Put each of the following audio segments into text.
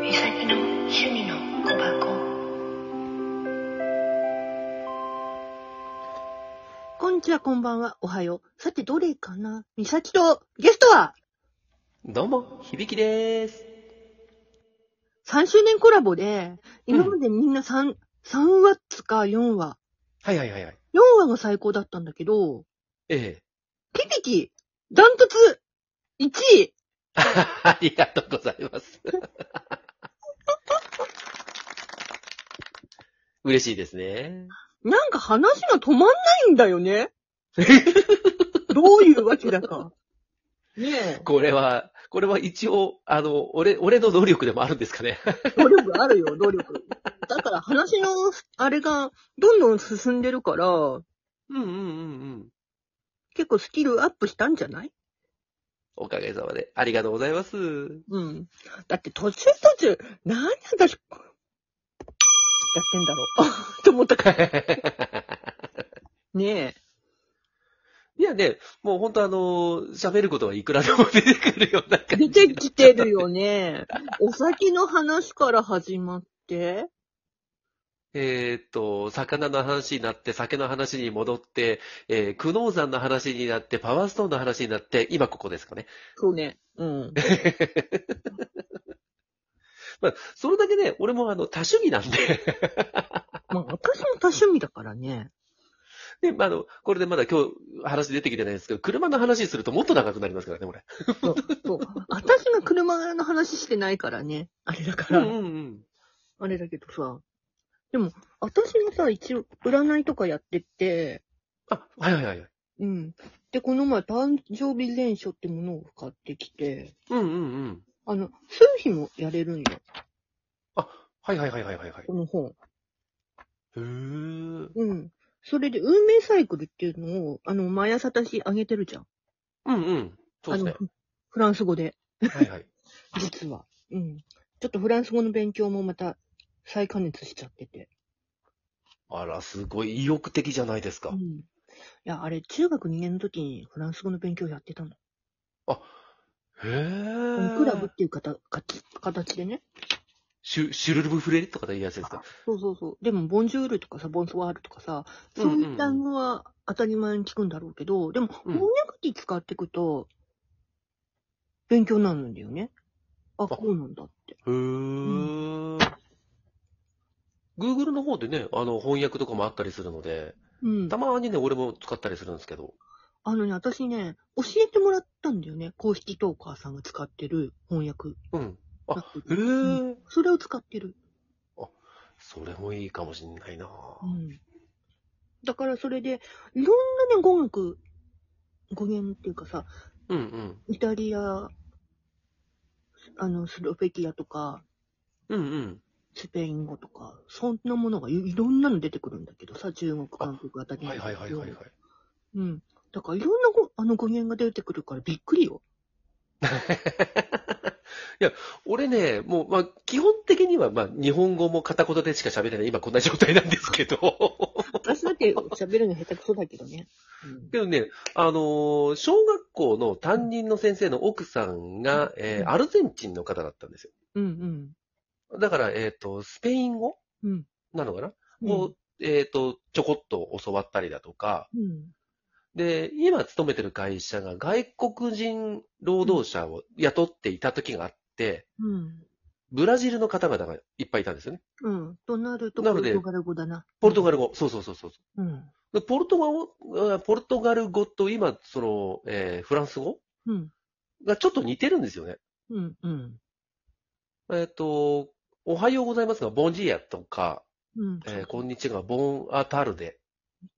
美咲の趣味の小箱こんにちは、こんばんは、おはよう。さて、どれかなみさきと、ゲストは、どうも、響きでーす。 3周年コラボで、うん今までみんな3、3話っつか4話。はいはいはいはい。 4話が最高だったんだけど、ええ。 ピピキ、ダントツ、1位。ありがとうございます。 嬉しいですね。なんか話が止まんないんだよね。どういうわけだか。ねえ、これは、これは一応、あの、俺、俺の能力でもあるんですかね。努力あるよ、 努力。だから話の、あれが、どんどん進んでるから、 うんうんうんうん。結構スキルアップしたんじゃないおかげさまで、ありがとうございます。 うん。だって途中途中、何で私、やってんだろう。 と思ったから。ねえ。いやね、もう本当あの、喋ることはいくらでも出てくるような感出じ。てきてるよ ね。お先の話から始まって。えーっと、魚の話になって、酒の話に戻って、えー、久能山の話になって、パワーストーンの話になって、今ここですかね。そうね。うん。まあ、それだけね、俺もあの、多趣味なんで、 まあ私も多趣味だからね。で、まあ、あの、これでまだ今日話出てきてないですけど、車の話するともっと長くなりますからね、俺。そう。 そう私が車の話してないからね。あれだから。うんうん。あれだけどさ。でも、私もさ、一応、占いとかやってて、あ、はいはいはいはい。うん。で、この前、誕生日全書ってものを買ってきて、うんうんうん。あの、数日もやれるんよ、はいはいはいはいはいはい。この本。へー。うん。それで、運命サイクルっていうのを、あの、毎朝私あげてるじゃん。うんうん。そうですねあ。の、フランス語で、はいはい。実は。うん。ちょっとフランス語の勉強もまた、再加熱しちゃってて。あら、すごい意欲的じゃないですか。うん。いや、あれ、中学2年の時にフランス語の勉強やってたの。へー。クラブっていうかたか形でね。シュ、シュルルブフレとかでいいやつですかそうそうそう。でも、ボンジュールとかさ、ボンソワールとかさ、そういったのは当たり前に聞くんだろうけど、でも、うん翻訳機使っていくと、勉強になるんだよね。あ、こうなんだって。へー。Google の方でね、あの、翻訳とかもあったりするので、うんた。まにね、俺も使ったりするんですけど。あのね、私ね、教えてもらったんだよね。公式トーカーさんが使ってる翻訳。うん。あへー。それを使ってる。それもいいかもしんないなぁうん。だからそれで、いろんなね、語学、語源っていうかさ、うんうん。イタリア、あの、スロベキアとか、うんうん。スペイン語とか、そんなものがいいろんなの出てくるんだけどさ、中国、韓国あたりのはいはいはいはいはい。うん。だからいろんなごあの語源が出てくるからびっくりよ。いや、俺ね、もう、まあ、基本的には、まあ、日本語も片言でしか喋れない、今こんな状態なんですけ ど。私だって喋るの下手くそだけどね。うんけどね、あのー小学校の担任の先生の奥さんが、えーアルゼンチンの方だったんですよ。うんだから、えっ、と、スペイン語うん。うん。なのかな、うんを、えっ、と、ちょこっと教わったりだとか、うん。で、今勤めてる会社が外国人労働者を雇っていた時があって、うん。ブラジルの方々がいっぱいいたんですよね。うん。となると、ポなのでルトガル語だな。ポルトガル語。そうそうそうそう。ル。うん。でポルトガルポルトガル語と今、その、えーフランス語うん。がちょっと似てるんですよね。うん。うん。えっ、と、おはようございますが、ボンジーアとか、うん。えーこんにちはが、ボンアタルデ、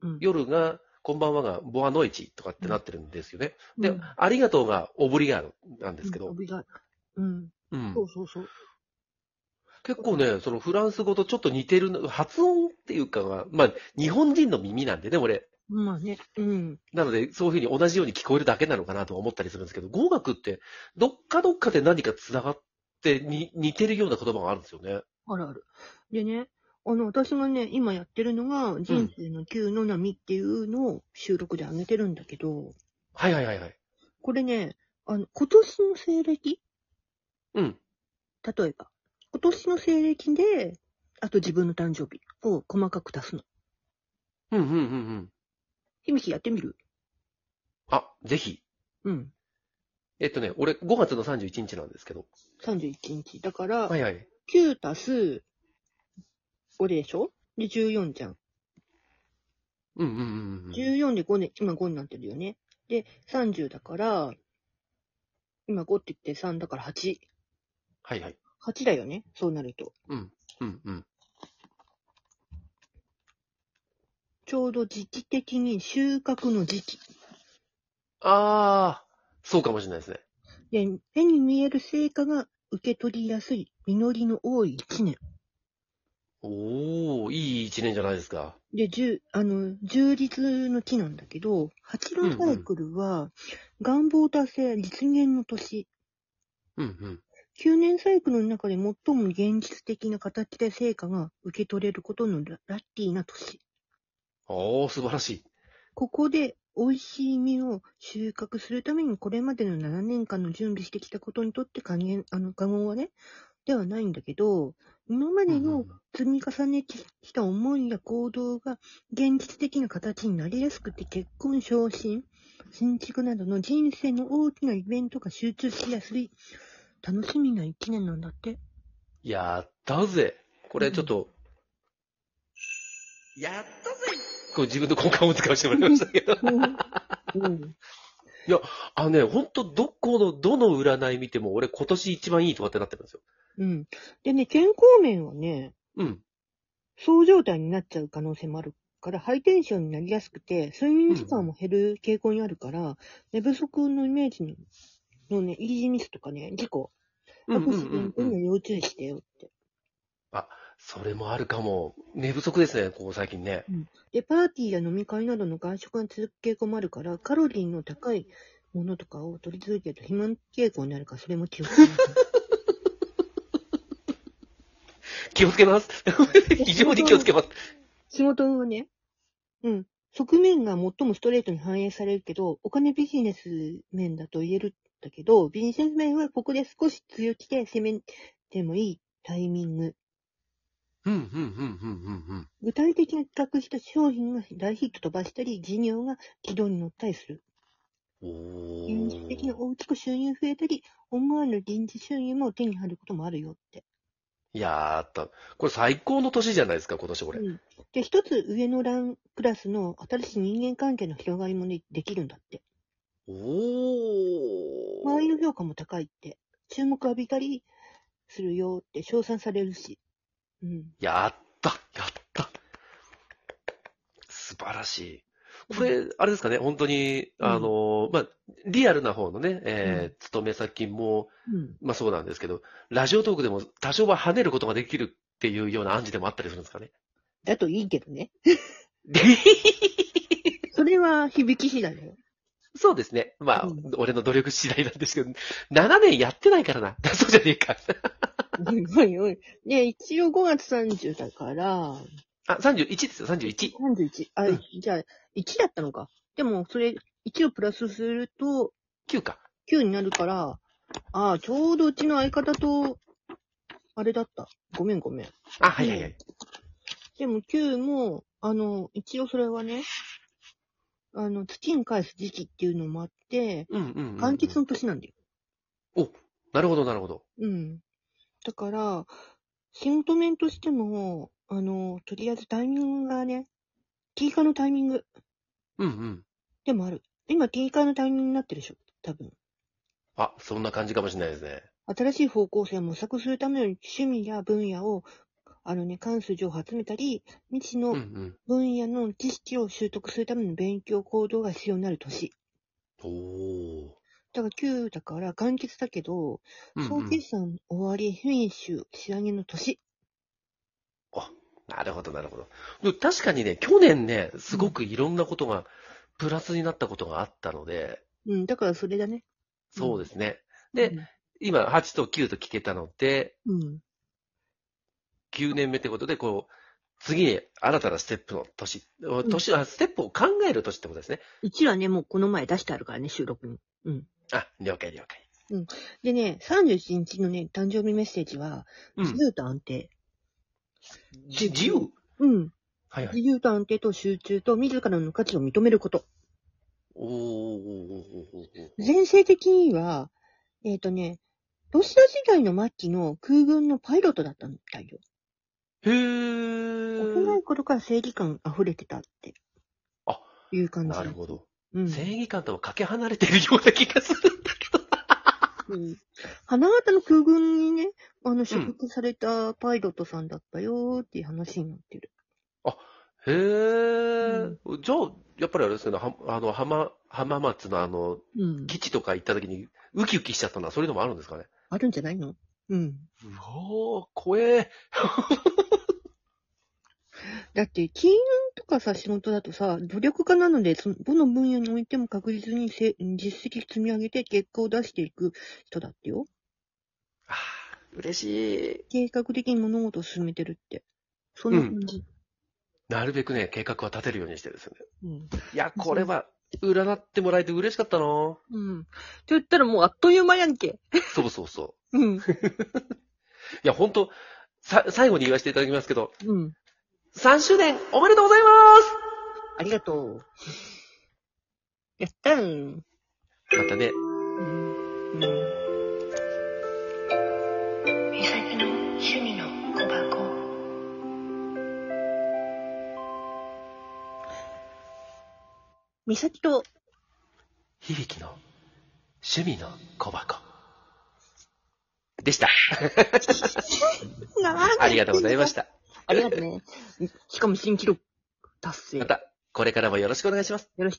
うん夜が、こんばんはが、ボアノイチとかってなってるんですよね。うんで、ありがとうが、オブリガードなんですけうどん、、扉うん。うんそうそうそう。結構ね、そのフランス語とちょっと似てるな、発音っていうかが、まあ、日本人の耳なんでね、俺。まあね。うん。なので、そういうふうに同じように聞こえるだけなのかなと思ったりするんですけど、語学って、どっかどっかで何か繋がってに、似てるような言葉があるんですよね。あるある。でね、あの、私がね、今やってるのが、人生の9の波っていうのを収録で上げてるんだけど、はいはいはいはい。これね、あの、今年の西暦うん。例えば。今年の西暦で、あと自分の誕生日を細かく出すの。うん、うん、うん、うん。響やってみるあ、ぜひ。うん。えっとね、俺5月の31日なんですけど。 31日。だから、はいはい。 9足す、俺でしょで、14じゃん。うん、うん、うんうん。 14で5ね、今5になってるよね。で、30だから、今5って言って3だから8。はいはい。 8だよね。そうなると。うん、うん。ちょうど時期的に収穫の時期。あー、そうかもしれないですね。で、目に見える成果が受け取りやすい、実りの多い1年。おー、いい一年じゃないですか。で、十、あの、充実の木なんだけど、八郎サイクルは、願望達成実現の年。うん、うん。 9年サイクルの中で最も現実的な形で成果が受け取れることのララッキーな年。おー、素晴らしい。ここで美味しい実を収穫するためにこれまでの7年間の準備してきたことにとって加減、あの、過言はね、ではないんだけど、今まうでんうんうのん積み重ねてきた思いや行動が現実的な形になりやすくて結婚、昇進、新築などの人生の大きなイベントが集中しやすい楽しみな一年なんだって。やったぜ。これちょっと、やったぜこう自分の効果を使わせてもらいましたけど。 うん、あのね、ほんとどこの、どの占い見ても俺今年一番いいとかってなってるんですよ。うん。でね、健康面はね、うん。そう状態になっちゃう可能性もあるから、ハイテンションになりやすくて、睡眠時間も減る傾向にあるから、寝不足のイメージののね、イージーミスとかね、事故、うんアうクんシデントうんうにん。は要注意してよって。それもあるかも。寝不足ですね、ここ最近ね。で、パーティーや飲み会などの外食が続く傾向もあるから、カロリーの高いものとかを取り続けると肥満傾向になるから、それも気をつけなさい。気をつけ ます。非常に気をつけます。仕事はね、うん。側面が最もストレートに反映されるけど、お金ビジネス面だと言えるんだけど、ビジネス面はここで少し強気で攻めてもいいタイミング。うん、うん、うん、うん、うん、うん。具体的に企画した商品が大ヒット飛ばしたり、事業が軌道に乗ったりする。お現実的にー。大きく収入増えたり、思わぬ臨時収入も手に入ることもあるよって。やった。これ最高の年じゃないですか、今年これ。うんで、一つ上のランクラスの新しい人間関係の広がりもねできるんだって。お周りー。の評価も高いって、注目浴びたりするよって称賛されるし。うん。やった、やった。素晴らしい。これ、あれですかね、本当に、うんあの、まあ、リアルな方のね、えー、勤め先も、うん。まあそうなんですけど、ラジオトークでも多少は跳ねることができるっていうような暗示でもあったりするんです かね。だといいけどね。それは響き次第だよ。 そうですね。まあ、うん俺の努力次第なんですけど、7年やってないからな。 そうじゃねえか。おいおい。ね一応5月30だから、あ、31ですよ、31。 31。あ、うんじゃあ、1だったのか。でも、それ、1をプラスすると、 9か。 9になるから、ああ、ちょうどうちの相方と、あれだった。ごめんごめん。あ、はいはいはい。でも9も、あの、一応それはね、あの、月に返す時期っていうのもあって、うんうんうん、うん。柑橘の年なんだよ。なるほど、なるほど。うん。だから、仕事面としても、あの、とりあえずタイミングがね、T 化のタイミングうんうん。でもある。今 T 化のタイミングになってるでしょ、多分。あ、そんな感じかもしれないですね。新しい方向性を模索するための趣味や分野を、あのね、関数上集めたり、未知うんうのん。分野の知識を習得するための勉強行動が必要になる年。おー。だから9だから完結だけど、うんう総ん、決算終わり、フィニッシュ、仕上げの年。なるほど、なるほど。でも確かにね、去年ね、すごくいろんなことが、プラスになったことがあったので、うん、だからそれだね。そうですね。で、うん今、8と9と聞けたので、うん。 9年目ってことで、こう、次へ新たなステップの年。年は、ステップを考える年ってことですね。うちらね、もうこの前出してあるからね、収録に。うん。あ、了解了解。でね、31日のね、誕生日メッセージは、うん自由と安定。じ自由うん。はいは自い。由と安定と集中と自らの価値を認めること。おーおーおーおーおーおー前世的には、えっ、とね、ロシア時代の末期の空軍のパイロットだったみたいよ。へ幼ーい。頃から正義感溢れてたって。あいう感じ。なるほど。うん。正義感ともかけ離れてるような気がするんだけど。うん花形の空軍にね、あの、所属されたパイロットさんだったよーっていう話になってる。へー。じゃあ、やっぱりあれですよね、はあの、浜、浜松のあの、うん。基地とか行った時に、ウキウキしちゃったのは、そういうのもあるんですかね。あるんじゃないのうん。うおー、怖え。だって、金運とかさ、仕事だとさ、努力家なので、そのどの分野においても確実にせ実績積み上げて結果を出していく人だってよ。あー嬉しい。計画的に物事を進めてるって。そんな感じ。なるべくね、計画は立てるようにしてるんですよね。うん。いや、これは、占ってもらえて嬉しかったなうん。って言ったらもうあっという間やんけ。そうそうそうん。う。いや、ほんと、さ、最後に言わせていただきますけど、うん。 3周年おめでとうございまありがとう。やったーん。すまたね、うん。うん美咲の趣味の小箱美咲と、。響きの趣味の小箱。でした。ありがとうございましたた。 ありがとうね。しかも新記録達成。また、これからもよろしくお願いします。